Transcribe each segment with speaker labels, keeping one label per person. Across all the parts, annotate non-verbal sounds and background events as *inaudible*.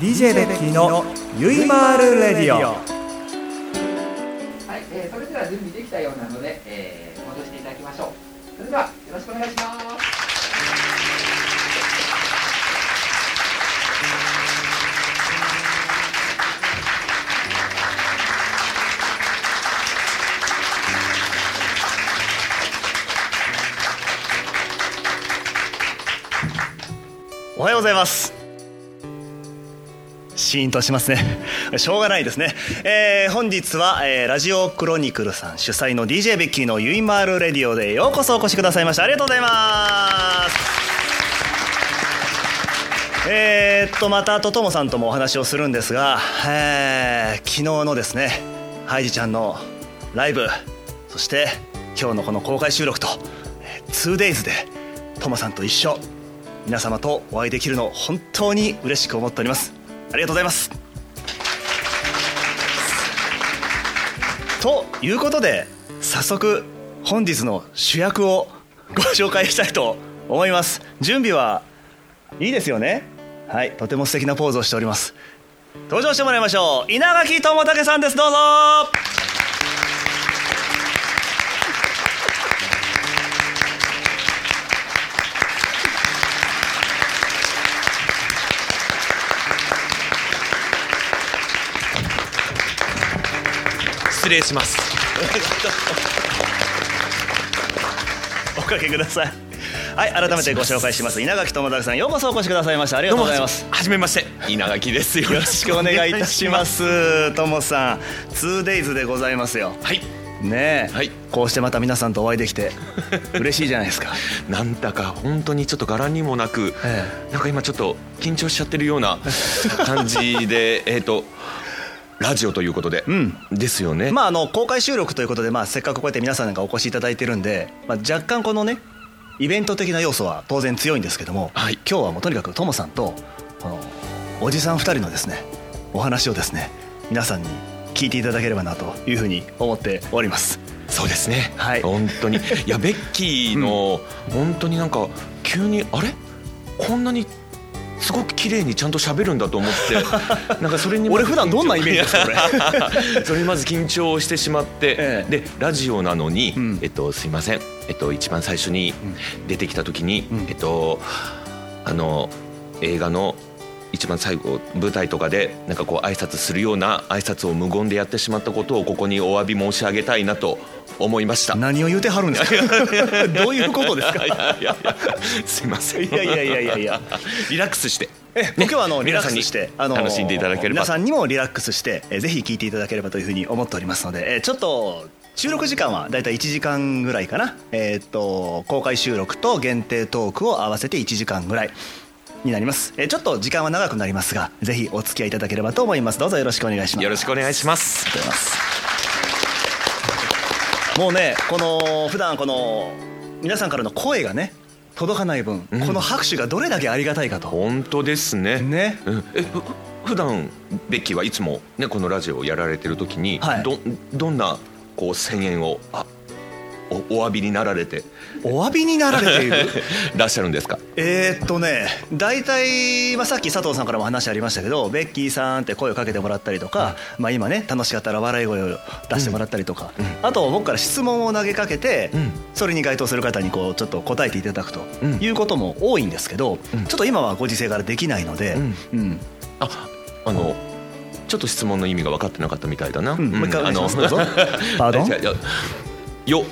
Speaker 1: DJ ベッキーのゆいまるレディオ
Speaker 2: はい、えー、それでは準備できたようなので、えー、戻していただきましょう。それではよろしくお願いします。
Speaker 3: おはようございますシーンとしますね *laughs* しょうがないですね、えー本日は、えーラジオクロニクルさん主催の DJ ベッキーのゆいまるレディオでようこそお越しくださいましたありがとうございますえーっとまたとともさんともお話をするんですが、えー昨日のですねハイジちゃんのライブそして今日のこの公開収録と、えー、2days でともさんと一緒皆様とお会いできるのを本当に嬉しく思っておりますありがとうございますということで早速本日の主役をご紹介したいと思います準備はいいですよねはいとても素敵なポーズをしております登場してもらいましょう稲垣智武さんですどうぞ
Speaker 4: 失礼します
Speaker 3: おかけくださいはい改めてご紹介します稲垣智武さんようこそお越しくださいましたありがとうございます
Speaker 4: どうもはじめまして稲垣ですよ
Speaker 3: よろしくお願いいたします。ともさん、2days でございますよ。
Speaker 4: はい
Speaker 3: ねえ、
Speaker 4: はい
Speaker 3: こうしてまた皆さんとお会いできて嬉しいじゃないですか。
Speaker 4: なんだか本当にちょっと柄にもなく、
Speaker 3: え
Speaker 4: なんか今ちょっと緊張しちゃってるよ
Speaker 3: *laughs*
Speaker 4: うな感じでえっとラジオということで、
Speaker 3: ん
Speaker 4: ですよね、
Speaker 3: まああの公開収録ということで、まあせっかくこうやって皆さんがお越しいただいてるんで、まあ若干このねイベント的な要素は当然強いんですけども、
Speaker 4: はい
Speaker 3: 今日はもうとにかくともさんとこのおじさん二人のですねお話をですね皆さんに聞いていただければなというふうに思っております。
Speaker 4: そうですね、
Speaker 3: はい
Speaker 4: 本当にいやベッキーの、本当になんか急にあれこんなにすごく綺麗にちゃんと喋るんだと思って
Speaker 3: *laughs*
Speaker 4: なんかそれにまず
Speaker 3: 俺普段どんなイメージですかこれ
Speaker 4: *laughs* それにまず緊張してしまって、
Speaker 3: ええ
Speaker 4: でラジオなのに、
Speaker 3: うん
Speaker 4: えっと、すいません、えっと、一番最初に出てきた時に、
Speaker 3: うん
Speaker 4: えっと、あの映画の一番最後舞台とかでなんかこう挨拶するような挨拶を無言でやってしまったことをここにお詫び申し上げたいなと思いまし
Speaker 3: *laughs*
Speaker 4: た。
Speaker 3: 何を言うてはるんですか *laughs* どういうことですか
Speaker 4: *laughs* いやいやいやすいません
Speaker 3: いやいやいやいやいや
Speaker 4: リラックスして
Speaker 3: ええ、今日はあの
Speaker 4: ね
Speaker 3: リラックスして、
Speaker 4: 皆
Speaker 3: あ
Speaker 4: さん
Speaker 3: の
Speaker 4: に楽しんでいただければ
Speaker 3: 皆さんにもリラックスして、えーぜひ聞いていただければというふうに思っておりますので、えーちょっと収録時間はだいたい1時間ぐらいかな、えーっと公開収録と限定トークを合わせて1時間ぐらいになります、えーちょっと時間は長くなりますがぜひお付き合いいただければと思いますどうぞよろしくお願いします
Speaker 4: よろしくお願いします
Speaker 3: ありがとうございますもうねこの普段この皆さんからの声がね届かない分、
Speaker 4: うん
Speaker 3: この拍手がどれだけありがたいかと
Speaker 4: 本当ですね
Speaker 3: ね
Speaker 4: うんえふ普段ベッキーはいつもねこのラジオをやられてる時に、
Speaker 3: はい
Speaker 4: どどんなこう宣言をあおお詫びになられて *laughs*
Speaker 3: お詫びになられている
Speaker 4: らっしゃるんですか
Speaker 3: えーっとね大体、まあ、さっき佐藤さんからも話ありましたけどベッキーさんって声をかけてもらったりとか、まあ、今ね楽しかったら笑い声を出してもらったりとか、あと僕から質問を投げかけて、
Speaker 4: うん
Speaker 3: それに該当する方にこうちょっと答えていただくと
Speaker 4: うん
Speaker 3: いうことも多いんですけど、
Speaker 4: うん
Speaker 3: ちょっと今はご時世からできないので、
Speaker 4: うん
Speaker 3: うん
Speaker 4: ああのちょっと質問の意味が分かってなかったみたいだな、
Speaker 3: うんもう一回お願いしますど
Speaker 4: あ
Speaker 3: うぞ
Speaker 4: *laughs*
Speaker 3: パードン
Speaker 4: いやいやよ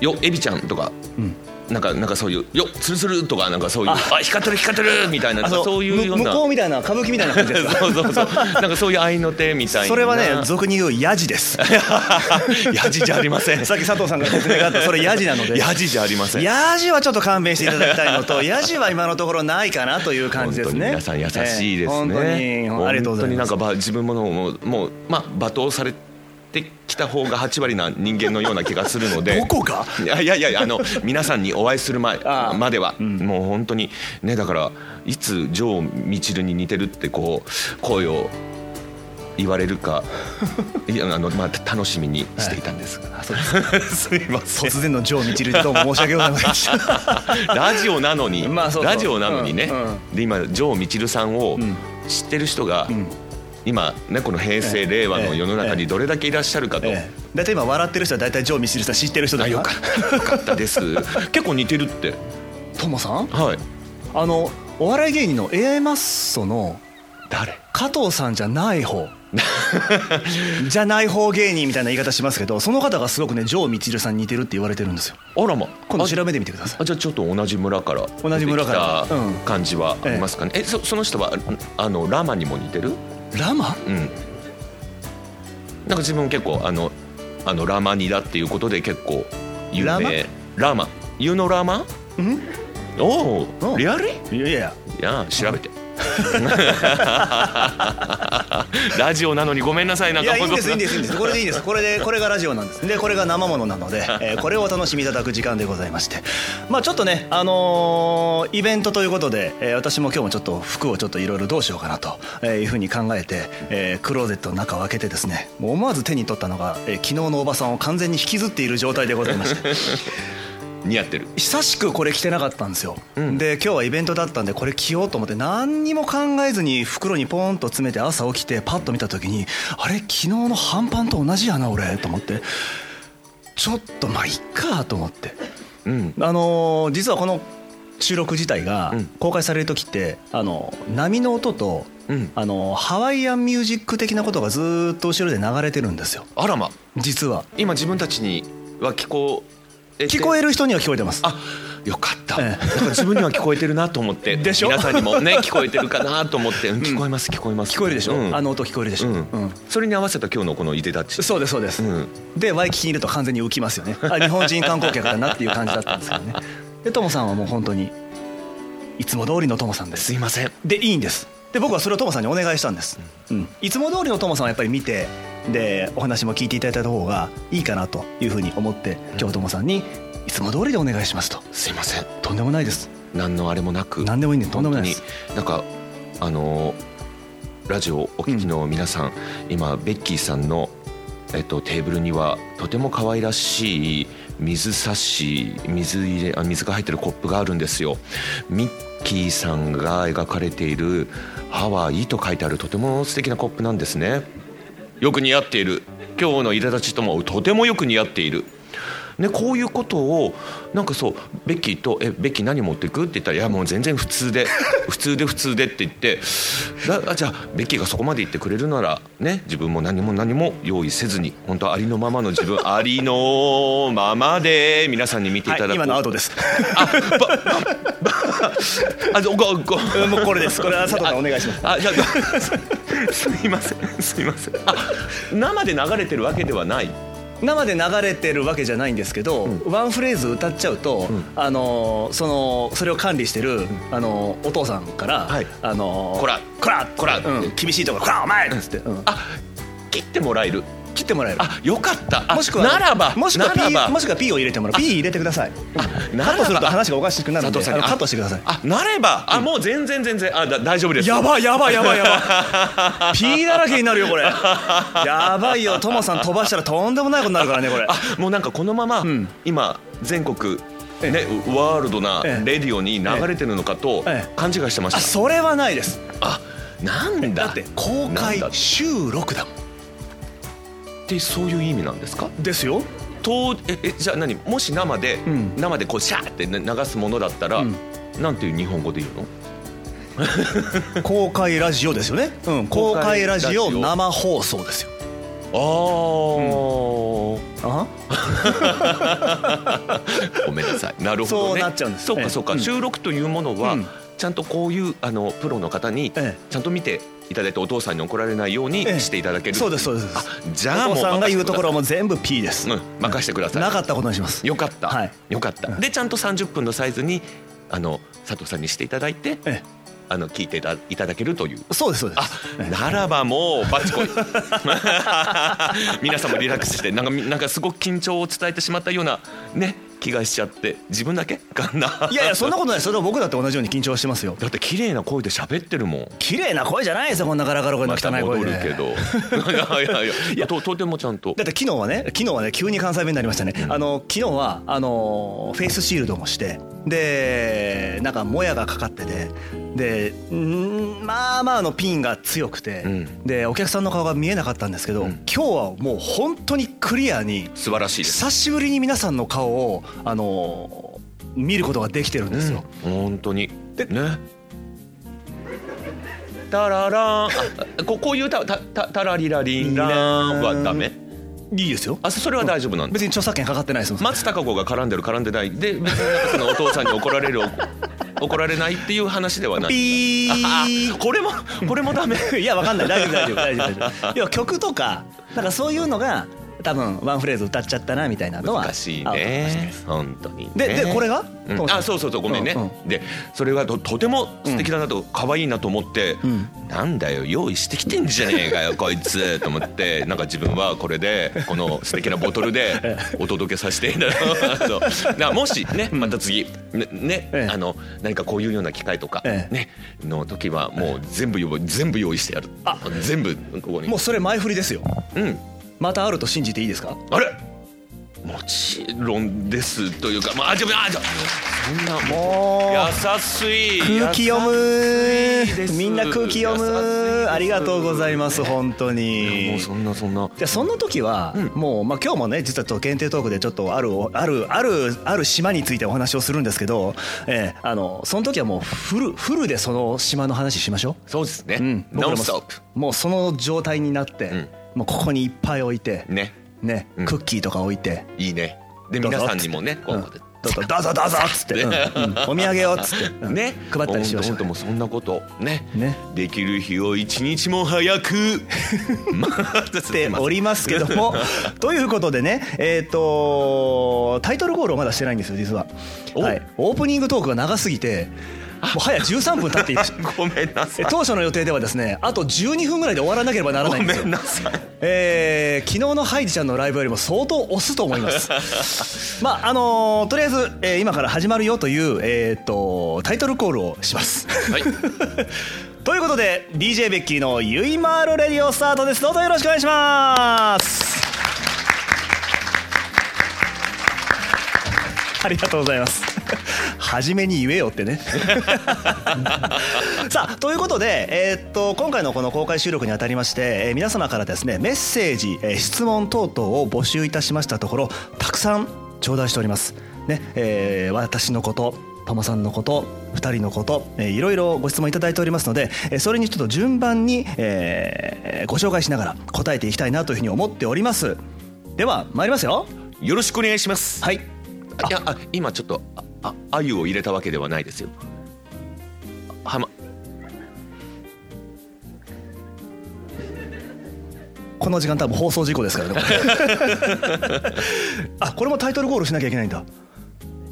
Speaker 4: よエビちゃんとか
Speaker 3: うん
Speaker 4: なんかなんかそういうよつるつるとかなんかそういうあ光ってる光ってるみたいな
Speaker 3: あの
Speaker 4: そういうよう
Speaker 3: む向
Speaker 4: な
Speaker 3: こうみたいな歌舞伎みたいな感じですか
Speaker 4: *laughs* そうそうそうなんかそういう合いの手みたいな
Speaker 3: それはね俗に言うヤジです
Speaker 4: *laughs* やじじゃありません
Speaker 3: さっき佐藤さんから説明があったそれヤジなので
Speaker 4: やじじゃありません
Speaker 3: ヤジはちょっと勘弁していただきたいの
Speaker 4: *laughs*
Speaker 3: とヤジは今のところないかなという感じですね
Speaker 4: 本当に皆さん優しいですね、
Speaker 3: ええ本当にありがとうございます
Speaker 4: 本当になんかば自分ものももうまあ罵倒されてきた方が8割な人間のような気がするの
Speaker 3: *laughs*
Speaker 4: で
Speaker 3: どこが
Speaker 4: いやいやいやあの皆さんにお会いする前
Speaker 3: ああ
Speaker 4: までは、もう本当にねだからいつジョー・ミチルに似てるってこう声を言われるかいやあの、まあ、楽しみにしていたんですが、すいません
Speaker 3: 突然のジョー・ミチルどうも申し訳ございませんでした
Speaker 4: *laughs* ラジオなのに、
Speaker 3: まあそうそう
Speaker 4: ラジオなのにね、
Speaker 3: うんう
Speaker 4: で今ジョー・ミチルさんを、
Speaker 3: ん
Speaker 4: 知ってる人が
Speaker 3: うん
Speaker 4: 今ねこの平
Speaker 3: え
Speaker 4: 成
Speaker 3: え
Speaker 4: 令和
Speaker 3: え
Speaker 4: の
Speaker 3: え
Speaker 4: 世の中にどれだけいらっしゃるかと。
Speaker 3: ええ大体今笑ってる人は大体ジョー・ミシルさん知ってる人だ
Speaker 4: あ
Speaker 3: から
Speaker 4: よか
Speaker 3: *laughs*
Speaker 4: ったよかったです。結構似てるって。
Speaker 3: トモさん
Speaker 4: はい。
Speaker 3: あのお笑い芸人の AI マッソの
Speaker 4: 誰？
Speaker 3: 加藤さんじゃない
Speaker 4: *laughs*
Speaker 3: 方じゃない方芸人みたいな言い方しますけどその方がすごくねジョー・ミチルさんに似てるって言われてるんですよ
Speaker 4: あらま。
Speaker 3: 今度調
Speaker 4: べ。
Speaker 3: べてみてください
Speaker 4: あじゃあちょっと同じ村から
Speaker 3: 同じ村から
Speaker 4: 出てきた
Speaker 3: うん
Speaker 4: 感じはありますかね。えそその人はああのラマにも似てる？
Speaker 3: ラマ
Speaker 4: うん。なんか自分結構あのあのラマニだっていうことで結構有名。ラマ。You know ラマ？
Speaker 3: うん
Speaker 4: お
Speaker 3: う
Speaker 4: お。
Speaker 3: ん
Speaker 4: リアル？
Speaker 3: いやいや
Speaker 4: いや調べて。ラジオなのにごめんなさいなん
Speaker 3: い
Speaker 4: か
Speaker 3: やいいんですいいんですいいんですこれでいいんですこれでこれがラジオなんですでこれが生ものなの
Speaker 4: *laughs*
Speaker 3: で、えーこれをお楽しみいただく時間でございましてまあちょっとねあのーイベントということで、えー私も今日もちょっと服をちょっといろいろどうしようかなとえーいうふうに考えて、えークローゼットの中を開けてですねもう思わず手に取ったのが、えー昨日のおばさんを完全に引きずっている状態でございまして
Speaker 4: 似合ってる。
Speaker 3: 久しくこれ着てなかったんですよ、
Speaker 4: うん
Speaker 3: で今日はイベントだったんでこれ着ようと思って何にも考えずに袋にポンと詰めて朝起きてパッと見た時にあれ昨日の半パンと同じやな俺と思ってちょっとまあいっかと思って
Speaker 4: うん。
Speaker 3: あのー実はこの収録自体が
Speaker 4: うん
Speaker 3: 公開される時って、あの波の音と
Speaker 4: うん。
Speaker 3: あのハワイアンミュージック的なことがずーっと後ろで流れてるんですよ
Speaker 4: あらま。
Speaker 3: 実は
Speaker 4: 今自分たちには聞こえて
Speaker 3: 聞こえる人には聞こえてます
Speaker 4: あよかった、
Speaker 3: ええ
Speaker 4: なんか自分には聞こえてるなと思って
Speaker 3: でしょ
Speaker 4: 皆さんにもね聞こえてるかなと思って、うん聞こえます聞こえます
Speaker 3: 聞こえるでしょ、
Speaker 4: うん
Speaker 3: あの音聞こえるでしょ、
Speaker 4: うん
Speaker 3: うん
Speaker 4: それに合わせた今日のこのいでたち
Speaker 3: そうですそうです、
Speaker 4: ん
Speaker 3: でワイキキにいると完全に浮きますよねあ日本人観光客だなっていう感じだったんですけどねでトモさんはもう本当にいつも通りのトモさんです
Speaker 4: すいません
Speaker 3: でいいんですで僕はそれをトモさんにお願いしたんです、うん、いつも通りのトモさんはやっぱり見てでお話も聞いていただいた方がいいかなというふうに思って今日トモさんに「いつも通りでお願いします」と
Speaker 4: すいません
Speaker 3: 「とんでもないです
Speaker 4: 何のあれもなく
Speaker 3: 何でもいいんでとんで
Speaker 4: 本
Speaker 3: も
Speaker 4: 当
Speaker 3: ないで
Speaker 4: に
Speaker 3: す
Speaker 4: なんかあのーラジオをお聞きの皆さん、今ベッキーさんの、えっと、テーブルにはとても可愛らしい水差し水入れあ水が入ってるコップがあるんですよ。ミッキーさんが描かれている「ハワイ」と書いてあるとても素敵なコップなんですね。よく似合っている今日の苛立ちともとてもよく似合っている。ね、こういうことをなんかそうベッキーと「えベッキー何持っていく?」って言ったら「いやもう全然普通で *laughs* 普通で普通で」って言ってだあじゃあベッキーがそこまで言ってくれるなら、ね、自分も何も何も用意せずに本当ありのままの自
Speaker 3: *laughs*
Speaker 4: 分ありのままで皆さんに見てい
Speaker 3: は
Speaker 4: ただこう、
Speaker 3: い、今のアウトです *laughs*
Speaker 4: *laughs* あごごご
Speaker 3: もうこれですこれは佐藤さんお願いします
Speaker 4: あじゃあすすいませんすいませんあ生で流れてるわけではない
Speaker 3: 生で流れてるわけじゃないんですけど、ワンフレーズ歌っちゃうと、
Speaker 4: ん
Speaker 3: あのーそのそれを管理してる、あのーお父さんから「
Speaker 4: はい
Speaker 3: あのー
Speaker 4: こら
Speaker 3: こら
Speaker 4: こら
Speaker 3: うん厳しいところこらお前!」っつって、うん
Speaker 4: あ切ってもらえる
Speaker 3: 切ってもらえる
Speaker 4: あよかったあ
Speaker 3: もしくは
Speaker 4: ならば
Speaker 3: もしくは
Speaker 4: なら
Speaker 3: P
Speaker 4: ば
Speaker 3: もしくは P を入れてもらう P 入れてください
Speaker 4: な
Speaker 3: カットすると
Speaker 4: らば
Speaker 3: 話がおかしくなるんであのカットしてください
Speaker 4: あなればあもう全然全然あだ大丈夫です
Speaker 3: やばいやばいやばいや
Speaker 4: *laughs*
Speaker 3: ばい P だらけになるよこれやばいよトモさん飛ばしたらとんでもないことになるからねこれ
Speaker 4: あもうなんかこのまま、
Speaker 3: ん
Speaker 4: 今全国ね、ワールドな
Speaker 3: ええ
Speaker 4: レディオに流れてるのかと
Speaker 3: ええ
Speaker 4: 勘違いしてま
Speaker 3: あ
Speaker 4: した、
Speaker 3: それはないです
Speaker 4: あなんだ
Speaker 3: だって公開
Speaker 4: なんだっ
Speaker 3: 収録だもん
Speaker 4: てそういう意味なんですか
Speaker 3: ですよ
Speaker 4: とええじゃあ何もし生で、
Speaker 3: ん
Speaker 4: 生でこうシャーってね流すものだったら、
Speaker 3: うん
Speaker 4: なんていう日本語で言うの
Speaker 3: 公開ラジオですよね、うん、公
Speaker 4: 公
Speaker 3: 開
Speaker 4: 開
Speaker 3: ラ
Speaker 4: ラ
Speaker 3: ジ
Speaker 4: ジ
Speaker 3: オ
Speaker 4: オ
Speaker 3: 生放送ですよ
Speaker 4: ああ、
Speaker 3: あ
Speaker 4: ごめんなさい。なる
Speaker 3: *laughs*
Speaker 4: ほどね。
Speaker 3: そうなっちゃうんです
Speaker 4: そう
Speaker 3: ええ
Speaker 4: かそうか。
Speaker 3: うん
Speaker 4: 収録というものは、
Speaker 3: うん
Speaker 4: ちゃんとこういうあのプロの方に
Speaker 3: ええ
Speaker 4: ちゃんと見ていただいてお父さんに怒られないように
Speaker 3: ええ
Speaker 4: していただける。
Speaker 3: そうですそうです
Speaker 4: あじゃあ
Speaker 3: お
Speaker 4: もう
Speaker 3: 父さんが言うところはも
Speaker 4: も
Speaker 3: う全部 P です、
Speaker 4: うん任せてください
Speaker 3: なかったことにします
Speaker 4: よかった。
Speaker 3: はい
Speaker 4: よかった。でちゃんと30分のサイズにあの佐藤さんにしていただいて、
Speaker 3: え
Speaker 4: あの聞いていたいただけるという。
Speaker 3: えそうですそうです
Speaker 4: あならばもうバチコイ *laughs* 皆さんもリラックスしてなんかみなんかすごく緊張を伝えてしまったようなね気がしちゃって自分だけかない
Speaker 3: やいやそんなことないそれは僕だって同じように緊張して
Speaker 4: *laughs*
Speaker 3: ますよ
Speaker 4: だって綺麗な声で喋ってるもん
Speaker 3: 綺麗な声じゃないですよこんなガラガラ声の
Speaker 4: ま
Speaker 3: 汚
Speaker 4: た
Speaker 3: い声
Speaker 4: 戻
Speaker 3: で、
Speaker 4: るけどいやいやいやいやととてもちゃんと
Speaker 3: だって昨日はね昨日はね急に関西弁になりましたね、あの昨日はあのフェイスシールドもしてでなんかもやがかかっててでんまあまあのピンが強くて、
Speaker 4: うん
Speaker 3: でお客さんの顔が見えなかったんですけど、
Speaker 4: うん
Speaker 3: 今日はもう本当にクリアに
Speaker 4: 素晴らしいです
Speaker 3: 久しぶりに皆さんの顔をあの見ることができてるんですよ。
Speaker 4: うん本当にねタララーンあここういう歌はタタタラリラリンラーンはダメ
Speaker 3: いいですよ。
Speaker 4: あそそれは大丈夫なんだ
Speaker 3: 別に著作権かかってないですもん。
Speaker 4: 松たか子が絡んでる絡んでないで別になんかそのお父さんに怒られる怒られないっていう話では *laughs* ない
Speaker 3: ピ
Speaker 4: あ
Speaker 3: ー
Speaker 4: これも
Speaker 3: *laughs*
Speaker 4: これもダメ
Speaker 3: いやわかんない大丈夫大丈夫大丈夫大 *laughs* 丈夫いや曲とかなんかそういうのが多分ワンフレーズ歌っちゃったなみたいなのは
Speaker 4: 難しい
Speaker 3: あるかもしれない
Speaker 4: ね
Speaker 3: です
Speaker 4: 本当にね
Speaker 3: ででこれが
Speaker 4: うん
Speaker 3: トモさん
Speaker 4: あそうそうそうごめんね、
Speaker 3: うん
Speaker 4: でそれがととても素敵だなと、可愛いなと思って、
Speaker 3: ん
Speaker 4: なんだよ用意してきてんじゃね
Speaker 3: *laughs*
Speaker 4: えかよこいつと思ってなんか自分はこれでこの素敵なボトルで
Speaker 3: *laughs*
Speaker 4: お届けさせていただくそうだからもしねまた次ねね、
Speaker 3: ええ
Speaker 4: あの何かこういうような機会とか、
Speaker 3: ええ
Speaker 4: ねの時はもう全部用意全部用意してやる
Speaker 3: あ
Speaker 4: 全部ここに
Speaker 3: もうそれ前振りですよ
Speaker 4: うん
Speaker 3: またあると信じていいですか
Speaker 4: あれもちろんですというかまああじゃああじゃあそんなもう
Speaker 3: も
Speaker 4: 優しい
Speaker 3: 空気読
Speaker 4: 優しいで
Speaker 3: む
Speaker 4: す
Speaker 3: みんな空気読
Speaker 4: 優しいで
Speaker 3: む
Speaker 4: す
Speaker 3: ありがとうございます本当
Speaker 4: いやも
Speaker 3: に
Speaker 4: うそんなそんな
Speaker 3: じゃあその時は、
Speaker 4: うん
Speaker 3: もう、まあ、今日もね実はちょっと限定トークでちょっとあるおあるあるある島についてお話をするんですけど、えーあのその時はもうフルフルでその島の話しましょ
Speaker 4: そうですね、
Speaker 3: う、うん、僕ら
Speaker 4: ノ
Speaker 3: も
Speaker 4: ンストッ
Speaker 3: もうその状態になって、
Speaker 4: うん
Speaker 3: もうここにいっぱい置いて
Speaker 4: プ、ね
Speaker 3: ね
Speaker 4: うん
Speaker 3: クッキーとか置いて、
Speaker 4: いいねで
Speaker 3: どうぞ
Speaker 4: 皆さんにもねこ
Speaker 3: うん、
Speaker 4: う
Speaker 3: どうぞどうぞどうぞっつ
Speaker 4: *laughs*
Speaker 3: って、うんうんお土産をっつって、うん
Speaker 4: ね
Speaker 3: 配ったりしましょ
Speaker 4: 本当
Speaker 3: う
Speaker 4: もうそんなことね
Speaker 3: ね
Speaker 4: できる日を一日も
Speaker 3: *laughs*
Speaker 4: 早く待っ
Speaker 3: っておりますけどもということでねえっ、とタイトルコールをまだしてないんですよ実は、
Speaker 4: お
Speaker 3: はい、オープニングトークが長すぎてもう早13分経
Speaker 4: *laughs*
Speaker 3: っていました
Speaker 4: *laughs* ごめんなさ
Speaker 3: え
Speaker 4: い
Speaker 3: 当初の予定ではですねあと12分ぐらいで終わらなければなら
Speaker 4: ご
Speaker 3: ないんで
Speaker 4: め
Speaker 3: すよ
Speaker 4: んなさい
Speaker 3: えー昨日のハイジちゃんのライブよりも相当押すと思いますまああのーとりあえず、えー今から始まるよという、えー、とタイトルコールをします *laughs*
Speaker 4: はい
Speaker 3: ということで DJ ベッキーの「ゆいまーるレディオ」スタートですどうぞよろしくお願いしますありがとうございます。 *laughs* 初めに言えよってね。さあということで、えーっと今回のこの公開収録にあたりまして、えー皆様からですねメッセージ、えー質問等々を募集いたしましたところたくさん頂戴しております。ね、えー私のことトモさんのこと2人のこと、えーいろいろご質問いただいておりますので、えーそれにちょっと順番に、えーご紹介しながら答えていきたいなというふうに思っております。では参りますよ。
Speaker 4: よろしくお願いします
Speaker 3: はい。
Speaker 4: いやあ今ちょっとあああゆを入れたわけではないですよはま
Speaker 3: この時間多分放送事故ですからね *laughs* これあこれもタイトルコールしなきゃいけないんだ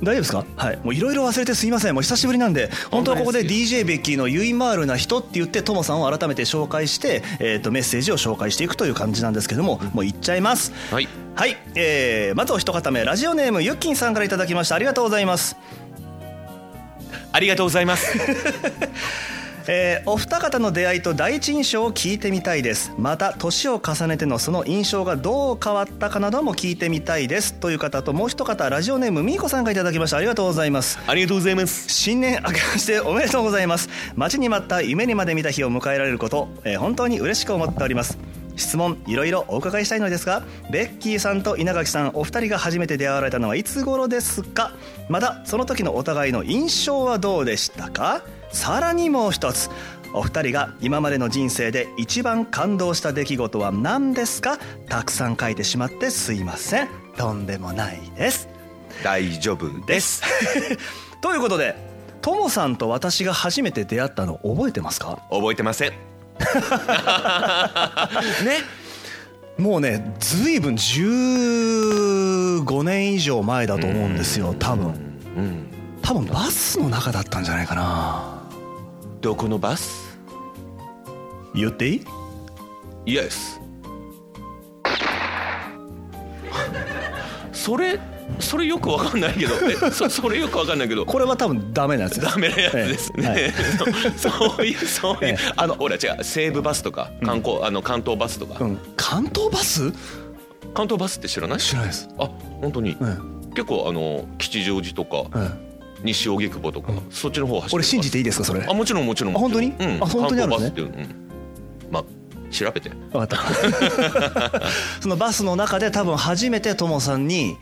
Speaker 3: 大丈夫ですかはいもういろいろ忘れてすいませんもう久しぶりなんで本当はここで
Speaker 4: 本当で
Speaker 3: DJ ベッキーの「ゆいまーるな人」って言ってトモさんを改めて紹介して、えー、とメッセージを紹介していくという感じなんですけどももういっちゃいます
Speaker 4: はい
Speaker 3: はい、えー、まずお一方目ラジオネームゆっきんさんからいただきましたありがとうございます
Speaker 4: ありがとうございます
Speaker 3: *laughs* えーお二方の出会いと第一印象を聞いてみたいですまた年を重ねてのその印象がどう変わったかなども聞いてみたいですという方ともう一方ラジオネームみーこさんがいただきましたありがとうございます
Speaker 4: ありがとうございます
Speaker 3: 新年明けましておめでとうございます待ちに待った夢にまで見た日を迎えられること、えー本当に嬉しく思っております質問いろいろお伺いしたいのですがベッキーさんと稲垣さんお二人が初めて出会われたのはいつ頃ですかまたその時のお互いの印象はどうでしたかさらにもう一つお二人が今までの人生で一番感動した出来事は何ですかたくさん書いてしまってすいませんとんでもないです
Speaker 4: 大丈夫
Speaker 3: です。 *laughs* ということで、ともさんと私が初めて出会ったの覚えてますか？
Speaker 4: 覚えてませんね
Speaker 3: もうね、ずいぶん15年以上前だと思うんですよ。多分、
Speaker 4: うん
Speaker 3: 多分バスの中だったんじゃないかな。
Speaker 4: どこのバス
Speaker 3: 言っていい？
Speaker 4: イエス *laughs* それそれよくわかんないけどえそそれよくわかんないけど
Speaker 3: これは多分ダメなやつです。
Speaker 4: ダメなやつですね、
Speaker 3: ええはい
Speaker 4: そ *laughs* そういうそういう、
Speaker 3: ええ
Speaker 4: あのほら違う西武バスとか観光、あの関東バスとか、
Speaker 3: うん、関東バス？
Speaker 4: 関東バスって知らない
Speaker 3: 知らないです。
Speaker 4: あ本当に、
Speaker 3: うん、
Speaker 4: 結構あの吉祥寺とか、
Speaker 3: うん、
Speaker 4: 西荻窪とか、そっちの方走ってるから
Speaker 3: 俺信じていいですかそれ
Speaker 4: あもちろんもちろん
Speaker 3: あ
Speaker 4: もちろん
Speaker 3: 本当に
Speaker 4: うん、
Speaker 3: あ本当にあるのね
Speaker 4: 観光バスっていううんまあ調べて
Speaker 3: 分かった *laughs* そのバスの中で多分初めてともさんに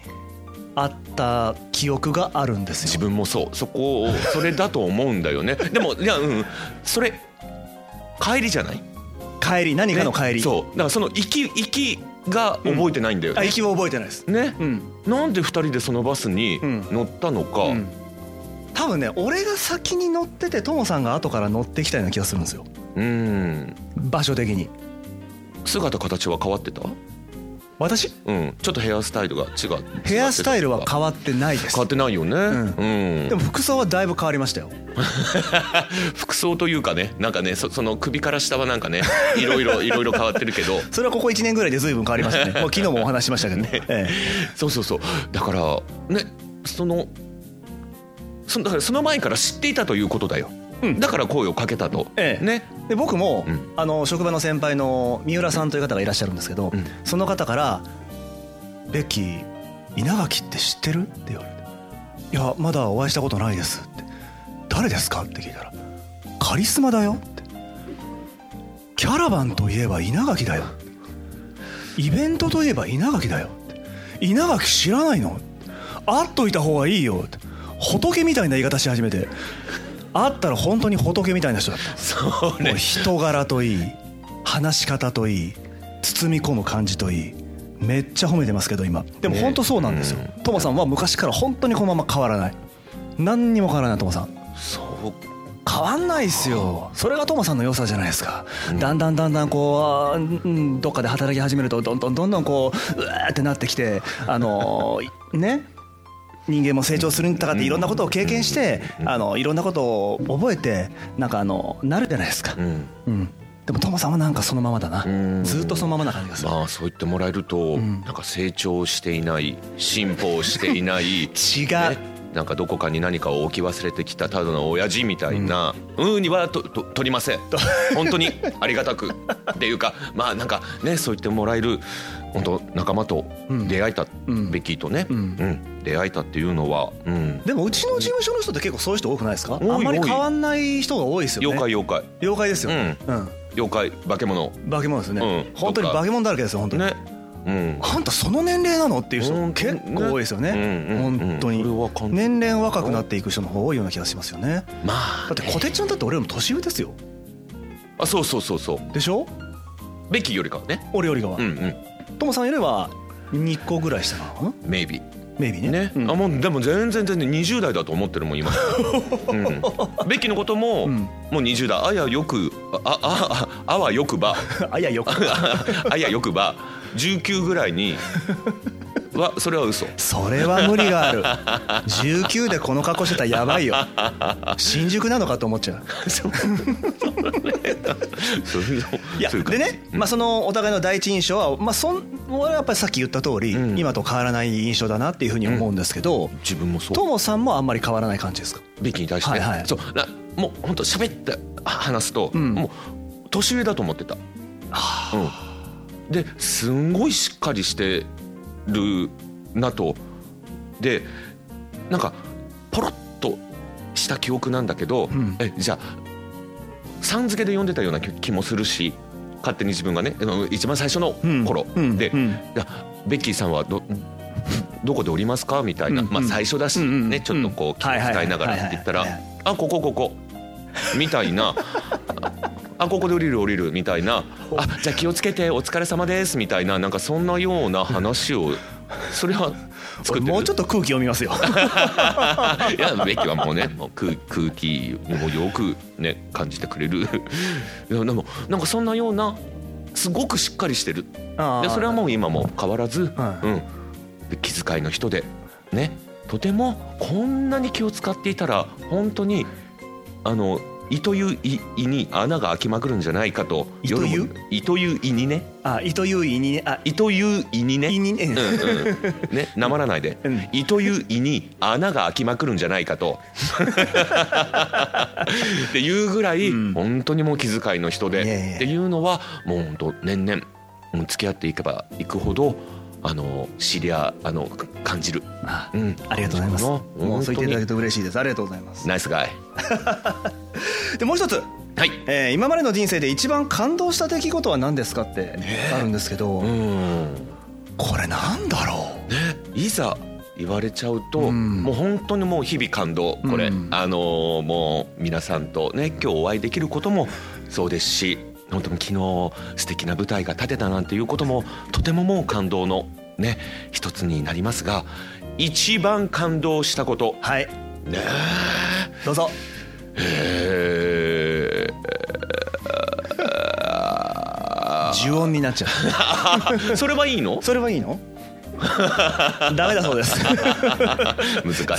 Speaker 3: 会った記憶があるんですよ
Speaker 4: 自分もそうそこをそれだと思うんだ
Speaker 3: *laughs*
Speaker 4: よねでもいやうんそれ帰りじゃない
Speaker 3: 帰り何かの帰り、
Speaker 4: ねそうだからその行き行きが覚えてないんだよ
Speaker 3: あ
Speaker 4: ね、
Speaker 3: 行きは覚えてないです
Speaker 4: ね
Speaker 3: う、ん
Speaker 4: なんで2人でそのバスに
Speaker 3: うん
Speaker 4: 乗ったのか、
Speaker 3: うん多分ね俺が先に乗っててともさんが後から乗ってきたような気がするんですよ
Speaker 4: うん
Speaker 3: 場所的に
Speaker 4: 姿形は変わってた
Speaker 3: 私
Speaker 4: うんちょっとヘアスタイルが違う
Speaker 3: ヘアスタイルは
Speaker 4: 変わ
Speaker 3: 変わってないです
Speaker 4: ってないよね、うん
Speaker 3: でも服装はだいぶ変わりましたよ
Speaker 4: 服装というかねなんかねそその首から下はなん
Speaker 3: *laughs*
Speaker 4: かねいろいろいろいろ変わってるけど
Speaker 3: それはここ1年ぐらいで随分変わりましたね *laughs* もう昨日もお話ししましたけどねえ
Speaker 4: そうそうそうだからねそのそだからその前から知っていたということだよ、
Speaker 3: うん
Speaker 4: だから声をかけたと、
Speaker 3: ええ
Speaker 4: ね
Speaker 3: えで僕も、
Speaker 4: うん
Speaker 3: あの職場の先輩の三浦さんという方がいらっしゃるんですけど、
Speaker 4: うん
Speaker 3: その方から「ベッキー稲垣って知ってる?」って言われて「いやまだお会いしたことないです」って「誰ですか?」って聞いたら「カリスマだよ」って「キャラバンといえば稲垣だよ」イベントといえば稲垣だよ」って「稲垣知らないの?」会っといた方がいいよ」って仏みたいな言い方し始めて会ったら本当に仏みたいな人だった
Speaker 4: そ
Speaker 3: も
Speaker 4: れ
Speaker 3: う人柄といい話し方といい包み込む感じといいめっちゃ褒めてますけど今でも
Speaker 4: ね
Speaker 3: 本当そうなんですよ、
Speaker 4: う
Speaker 3: トモさんは昔から本当にこのまま変わらない何にも変わらないトモさん
Speaker 4: そう
Speaker 3: 変わんないっすよそれがトモさんの良さじゃないですか、
Speaker 4: うん
Speaker 3: だんだんだんだんこうあーうんどっかで働き始めるとどんどんどんどんこううわーってなってきてあの
Speaker 4: *laughs*
Speaker 3: ーね人間も成長するにたかっていろんなことを経験して
Speaker 4: うん
Speaker 3: あのいろんなことを覚えてなんかあのなるじゃないですか、
Speaker 4: うん
Speaker 3: うん、でもトモさんはなんかそのままだな
Speaker 4: うん
Speaker 3: ずっとそのままな感じがする、
Speaker 4: まあそう言ってもらえると、
Speaker 3: ん
Speaker 4: なんか成長していない進歩をしていない
Speaker 3: *laughs* 違う、
Speaker 4: ねなんかどこかに何かを置き忘れてきたただの親父みたいな「うん」にはとと取りません本当にありがたくっていうかまあなんかねそう言ってもらえる本当仲間と出会えた、
Speaker 3: うん
Speaker 4: ベッキーとね、
Speaker 3: う
Speaker 4: うんん出会えたっていうのは、うん、
Speaker 3: でもうちの事務所の人って結構そういう人多くないですかあ
Speaker 4: い
Speaker 3: んまり変わんない人が多いですよね
Speaker 4: 妖怪妖怪
Speaker 3: 妖怪ですよねうん、
Speaker 4: 妖怪化け物
Speaker 3: 化け物ですよね、
Speaker 4: うん
Speaker 3: 本当に化け物だらけですよ本当に、
Speaker 4: ねうん
Speaker 3: あんたその年齢なのっていう人
Speaker 4: 本当
Speaker 3: 結
Speaker 4: に
Speaker 3: 構多いですよね
Speaker 4: うんうんうん
Speaker 3: 本当に
Speaker 4: それは感じ
Speaker 3: 年齢若くなっていく人の方が多いような気がしますよね
Speaker 4: まあ
Speaker 3: だってこてちゃんだって俺よりも年上ですよ
Speaker 4: あそうそうそうそう
Speaker 3: でしょ
Speaker 4: ベッキーよりかはね
Speaker 3: 俺よりかは
Speaker 4: うんうん
Speaker 3: トモ、さんよりは2個ぐらい下なのかな
Speaker 4: maybe
Speaker 3: メイビーね
Speaker 4: ね、
Speaker 3: うん
Speaker 4: あもうでも全然全然20代だと思ってるも
Speaker 3: *laughs*
Speaker 4: ん今、うん、ベッキーのことも、
Speaker 3: うん
Speaker 4: もう20代あやよくああああはよくば
Speaker 3: *laughs*
Speaker 4: *laughs*
Speaker 3: あいやよく
Speaker 4: あやよくば19ぐらいにはそれは嘘
Speaker 3: それは無理がある19でこの格好してたらやばいよ新宿なのかと思っちゃう
Speaker 4: そう
Speaker 3: いや
Speaker 4: そういう感
Speaker 3: で
Speaker 4: じ
Speaker 3: ね、まあ、そのお互いの第一印象は、まあ、そん俺はやっぱりさっき言った通り、
Speaker 4: うん
Speaker 3: 今と変わらない印象だなっていうふうに思うんですけど、
Speaker 4: 自分もそう
Speaker 3: トモさんもあんまり変わらない感じですか
Speaker 4: ベッキーに対して、
Speaker 3: はいはい
Speaker 4: そうなもう本当喋って話すと、
Speaker 3: うん
Speaker 4: もう年上だと思ってた、うん、ですんごいしっかりしてるなとでなんかポロッとした記憶なんだけど、
Speaker 3: ん
Speaker 4: えじゃあさん付けで呼んでたような気気もするし勝手に自分がねあの一番最初の頃、
Speaker 3: うんうん
Speaker 4: で、
Speaker 3: うん
Speaker 4: いやベッキーさんはど *laughs* どこでおりますかみたいな、
Speaker 3: うんうん
Speaker 4: まあ、最初だし、
Speaker 3: うんうん
Speaker 4: ねちょっとこ
Speaker 3: う
Speaker 4: う
Speaker 3: ん
Speaker 4: 気を使いながらって言ったら
Speaker 3: はいはい
Speaker 4: 「あここここ」みたい
Speaker 3: *laughs*
Speaker 4: な「あここで降りる降りる」みたいな「あじゃあ気をつけてお疲れ様です」みたいななんかそんなような話をそれ
Speaker 3: 俺
Speaker 4: は作ってる
Speaker 3: もうちょっと空気読み
Speaker 4: *laughs*
Speaker 3: ますよ
Speaker 4: いやベッキーはもうねもう空空気もよくね感じてくれる *laughs* でもでもなんかそんなようなすごくしっかりしてる
Speaker 3: あ
Speaker 4: で
Speaker 3: ー
Speaker 4: それはもう今も変わらず、
Speaker 3: はい
Speaker 4: うん、で気遣いの人でねとてもこんなに気を使っていたら本当にあの胃という胃胃に穴が開きまくるんじゃないかと
Speaker 3: 胃という
Speaker 4: 夜も胃という胃にね
Speaker 3: あ胃という胃にねあ
Speaker 4: 胃という胃にね
Speaker 3: 胃にね
Speaker 4: うんうんねなまらないで、
Speaker 3: うん
Speaker 4: 胃という胃に穴が開きまくるんじゃないか
Speaker 3: *laughs*
Speaker 4: とっていうぐらい、
Speaker 3: うん
Speaker 4: 本当にもう気遣いの人で
Speaker 3: いやいや
Speaker 4: っていうのはもう本当年々もう付き合っていけばいくほどあの知り合あのか感じる、
Speaker 3: あ
Speaker 4: うん、
Speaker 3: ありがとうございます
Speaker 4: 感じるな
Speaker 3: もうそう言っていただけ
Speaker 4: 本
Speaker 3: ると嬉しいですありがとうございます
Speaker 4: 当にナイスガイ
Speaker 3: でもう一つ、
Speaker 4: はい
Speaker 3: えー今までの人生で一番感動した出来事は何ですかってあるんですけど、
Speaker 4: うん
Speaker 3: これなんだろう
Speaker 4: いざ言われちゃうと、
Speaker 3: うん
Speaker 4: もう本当にもう日々感動これ、
Speaker 3: うん
Speaker 4: あのーもう皆さんとね今日お会いできることもそうですし本当に昨日素敵な舞台が立てたなんていうこともとてももう感動のね一つになりますが一番感動したこと
Speaker 3: はい
Speaker 4: ね
Speaker 3: どうぞ
Speaker 4: え
Speaker 3: 呪音になっちゃう
Speaker 4: *laughs* ーそれはいいの
Speaker 3: *laughs* それはいいのダメだそうです
Speaker 4: *laughs* 難しい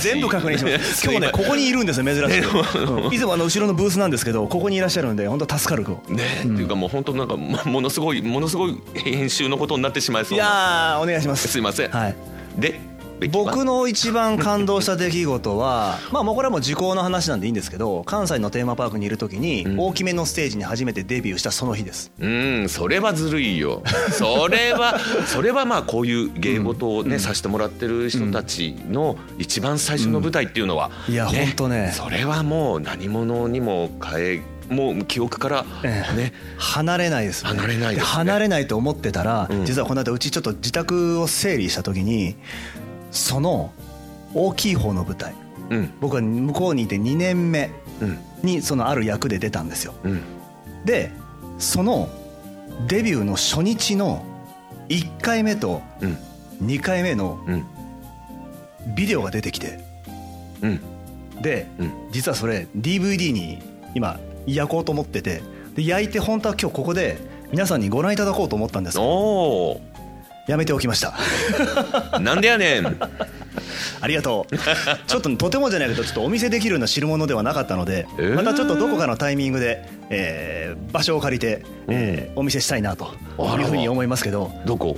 Speaker 3: 全部確認します
Speaker 4: *laughs*
Speaker 3: 今日ねここにいるんですよ珍しく、うんいつもあの後ろのブースなんですけどここにいらっしゃるんで本当助かる子
Speaker 4: ねえ、っていうかもう本当なんかもものすごいものすごい編集のことになってしまいそ
Speaker 3: いう
Speaker 4: な
Speaker 3: やーお願いします
Speaker 4: すいません、
Speaker 3: はい
Speaker 4: でベッキーは
Speaker 3: 僕の一番感動した出来事はまあもうこれはもう時効の話なんでいいんですけど関西のテーマパークにいる時に
Speaker 4: ん
Speaker 3: 大きめのステージに初めてデビューしたその日です、
Speaker 4: うんそれはずるいよそれ
Speaker 3: *laughs*
Speaker 4: はそれはまあこういう芸事をね、させてもらってる人たちの一番最初の舞台っていうのは、
Speaker 3: うんいやほんとね
Speaker 4: それはもう何者にも変えもう記憶から
Speaker 3: ええ
Speaker 4: ね、
Speaker 3: 離れないですね
Speaker 4: 離れないですね
Speaker 3: 離れないと思ってたら、
Speaker 4: うん
Speaker 3: 実はこの間うちちょっと自宅を整理した時にその大きい方の舞台
Speaker 4: うん
Speaker 3: 僕は向こうにいて2年目
Speaker 4: うん
Speaker 3: にそのある役で出たんですよ
Speaker 4: うん
Speaker 3: でそのデビューの初日の1回目と
Speaker 4: うん
Speaker 3: 2回目の
Speaker 4: うん
Speaker 3: ビデオが出てきて
Speaker 4: うん
Speaker 3: で、
Speaker 4: うん
Speaker 3: 実はそれ DVD に今焼こうと思っててで焼いて本当は今日ここで皆さんにご覧いただこうと思ったんです
Speaker 4: おお
Speaker 3: やめておきました
Speaker 4: *laughs* なんでやねん
Speaker 3: ありがとうちょっととてもじゃないけどちょっとお見せできるような汁物ではなかったので、
Speaker 4: えー
Speaker 3: またちょっとどこかのタイミングで、えー場所を借りて、えーお見せしたいなと
Speaker 4: あ
Speaker 3: い
Speaker 4: ら
Speaker 3: うふうに思いますけど
Speaker 4: どこ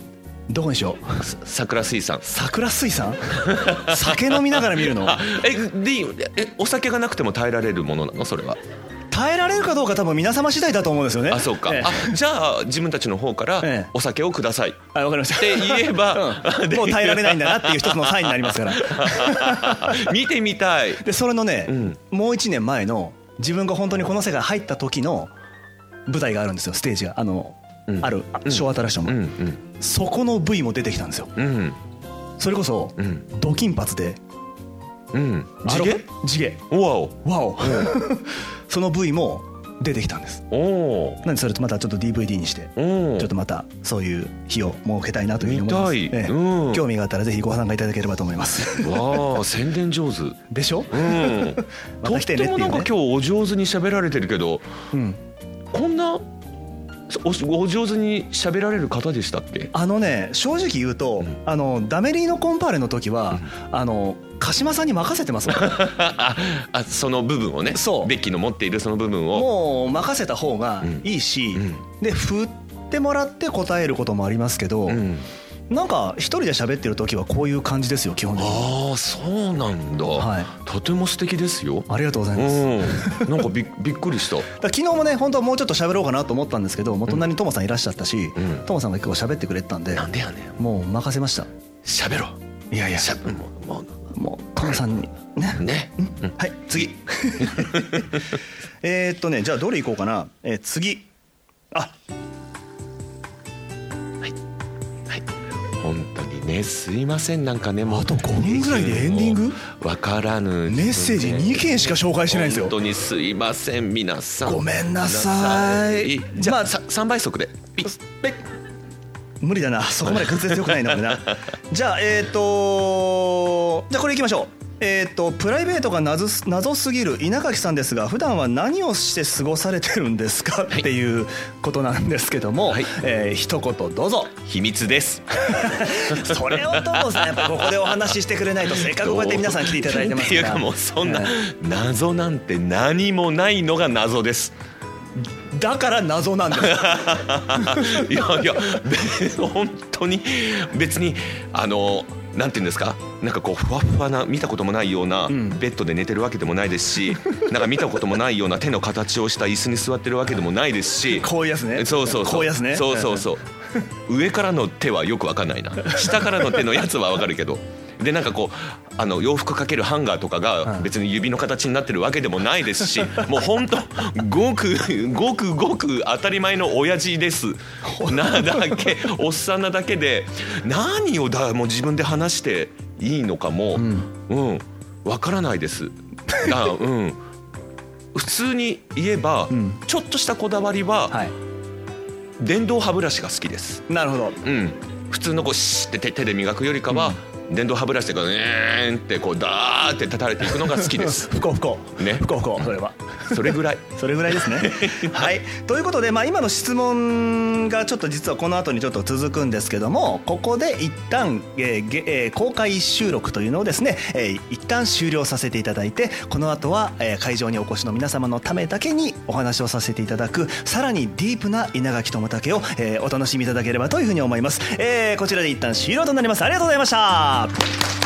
Speaker 3: どこにしよう
Speaker 4: さ桜水産
Speaker 3: 桜水産酒飲みながら見るの
Speaker 4: あえでいいえお酒がなくても耐えられるものなのそれは
Speaker 3: 耐えられるかどうか多分皆様次第だと思うんですよね
Speaker 4: あそうか、
Speaker 3: ええ
Speaker 4: あじゃあ自分たちの方か
Speaker 3: ええ
Speaker 4: らお酒をください、
Speaker 3: あわかりました
Speaker 4: って言えば *laughs*
Speaker 3: うんもう耐えられないんだなっていう一つのサインになりますから
Speaker 4: 見てみたい
Speaker 3: でそれのね、
Speaker 4: うん
Speaker 3: もう1年前の自分が本当にこの世界入った時の舞台があるんですよステージがあの、
Speaker 4: うん
Speaker 3: あるあショーアトラクション
Speaker 4: う
Speaker 3: も、
Speaker 4: ん
Speaker 3: そこの V も出てきたんですよ
Speaker 4: うんうん
Speaker 3: それこそ、
Speaker 4: うん
Speaker 3: ド金髪で
Speaker 4: うん地毛
Speaker 3: あの地毛
Speaker 4: おわお
Speaker 3: わお *laughs* その V も出てきたんです
Speaker 4: おー
Speaker 3: なんでそれとまたちょっと DVD にして
Speaker 4: おー
Speaker 3: ちょっとまたそういう日を設けたいなというふうに思い
Speaker 4: 見
Speaker 3: ま
Speaker 4: たい
Speaker 3: す、ええ
Speaker 4: うん
Speaker 3: 興味があったらぜひご参加いただければと思います
Speaker 4: わあ宣伝上手
Speaker 3: でしょ、
Speaker 4: うん
Speaker 3: *laughs* ま
Speaker 4: と
Speaker 3: た
Speaker 4: っ
Speaker 3: 来て
Speaker 4: て
Speaker 3: ねっていうね
Speaker 4: もなんか今日お上手に喋られてるけど
Speaker 3: うん、
Speaker 4: こんなおお上手に喋られる方でしたっけ *laughs*
Speaker 3: あのね正直言うと、
Speaker 4: ん
Speaker 3: あのダメリーノコンパーレの時は、あの鹿島さんに任せて
Speaker 4: *laughs*
Speaker 3: ますもん
Speaker 4: ああその部分をね
Speaker 3: そう
Speaker 4: ベッキーの持っているその部分を
Speaker 3: もう任せた方がいいし、
Speaker 4: うん
Speaker 3: で振ってもらって答えることもありますけど、
Speaker 4: うん
Speaker 3: なんか一人で喋ってる時はこういう感じですよ基本的に
Speaker 4: ああそうなんだ、
Speaker 3: はい
Speaker 4: とても素敵ですよ
Speaker 3: ありがとうございます、だか
Speaker 4: うん、なんかびっびっくりした。
Speaker 3: ら昨日もね本当はもうちょっと喋ろうかなと思ったんですけどもう隣にトモさんいらっしゃったし、
Speaker 4: うん
Speaker 3: トモさんが結構喋ってくれてたんで
Speaker 4: なんでやねん。
Speaker 3: もう任せました
Speaker 4: 喋ろ。
Speaker 3: いやいや
Speaker 4: しゃべもうも
Speaker 3: もうトモさんにね
Speaker 4: うね。
Speaker 3: はい
Speaker 4: *laughs*
Speaker 3: 次えーっとねじゃあどれいこうかな、えー次あ
Speaker 4: 本当にねすいませんなんかねもう
Speaker 3: あと5人ぐらいでエンディング
Speaker 4: わからぬ
Speaker 3: メッセージ2件しか紹介してないんですよ
Speaker 4: 本当にすいません皆さん
Speaker 3: ごめんなさい
Speaker 4: ごめんなさじゃあ、
Speaker 3: まあ
Speaker 4: まあ、さ3倍速でピッペッ
Speaker 3: 無理だなそこまで滑舌よくないな俺
Speaker 4: *laughs*
Speaker 3: なじゃあえーっとじゃあこれいきましょうえーっとプライベートが謎す謎すぎる稲垣さんですが普段は何をして過ごされてるんですか
Speaker 4: い
Speaker 3: っていうことなんですけども、
Speaker 4: はい
Speaker 3: えー一言どうぞ
Speaker 4: 秘密です
Speaker 3: それをトモさんやっぱここでお話ししてくれないとせっかくこうやって皆さん来ていただいてますから
Speaker 4: *laughs* っていうかもうそんな
Speaker 3: え
Speaker 4: 謎なんて何もないのが謎です
Speaker 3: ーだから謎なんです
Speaker 4: *laughs*
Speaker 3: よ
Speaker 4: いやい *laughs* やべ本当に別にあのなんて言うんですかなんかこうふわふわな見たこともないような、
Speaker 3: ん
Speaker 4: ベッドで寝てるわけでもないですしなんか見たこともないような手の形をした椅子に座ってるわけでもないです
Speaker 3: *laughs*
Speaker 4: し
Speaker 3: こういうやつね
Speaker 4: そうそうそう
Speaker 3: こういうやつね
Speaker 4: そうそう
Speaker 3: *laughs* う
Speaker 4: そう上からの手はよくわかんないな下からの手のやつはわかるけどでなんかこうあの洋服かけるハンガーとかが別に指の形になってるわけでもないで
Speaker 3: *laughs*
Speaker 4: すしもうほんとごくごくごく当たり前の親
Speaker 3: *laughs*
Speaker 4: 父ですなだけおっさんなだけで何をだもう自分で話していいのかもうんわからないです。だうん普通に言えば、
Speaker 3: うん
Speaker 4: ちょっとしたこだわりは、
Speaker 3: はい
Speaker 4: 電動歯ブラシが好きです、
Speaker 3: なるほど
Speaker 4: うん、普通のこうシーって手手で磨くよりかは、電動歯ブラシでこうえーんってこうダーって叩かれていくのが好きで *laughs* す
Speaker 3: 不幸不幸
Speaker 4: ね
Speaker 3: 不幸不幸それは
Speaker 4: それぐらい
Speaker 3: それぐらいですねはいということで、まあ、今の質問がちょっと実はこの後にちょっと続くんですけどもここで一旦、えーげえー公開収録というのをですね、えー一旦終了させていただいてこの後は、えー会場にお越しの皆様のためだけにお話をさせていただくさらにディープな稲垣智武を、えーお楽しみいただければというふうに思います、えーこちらで一旦終了となりますありがとうございました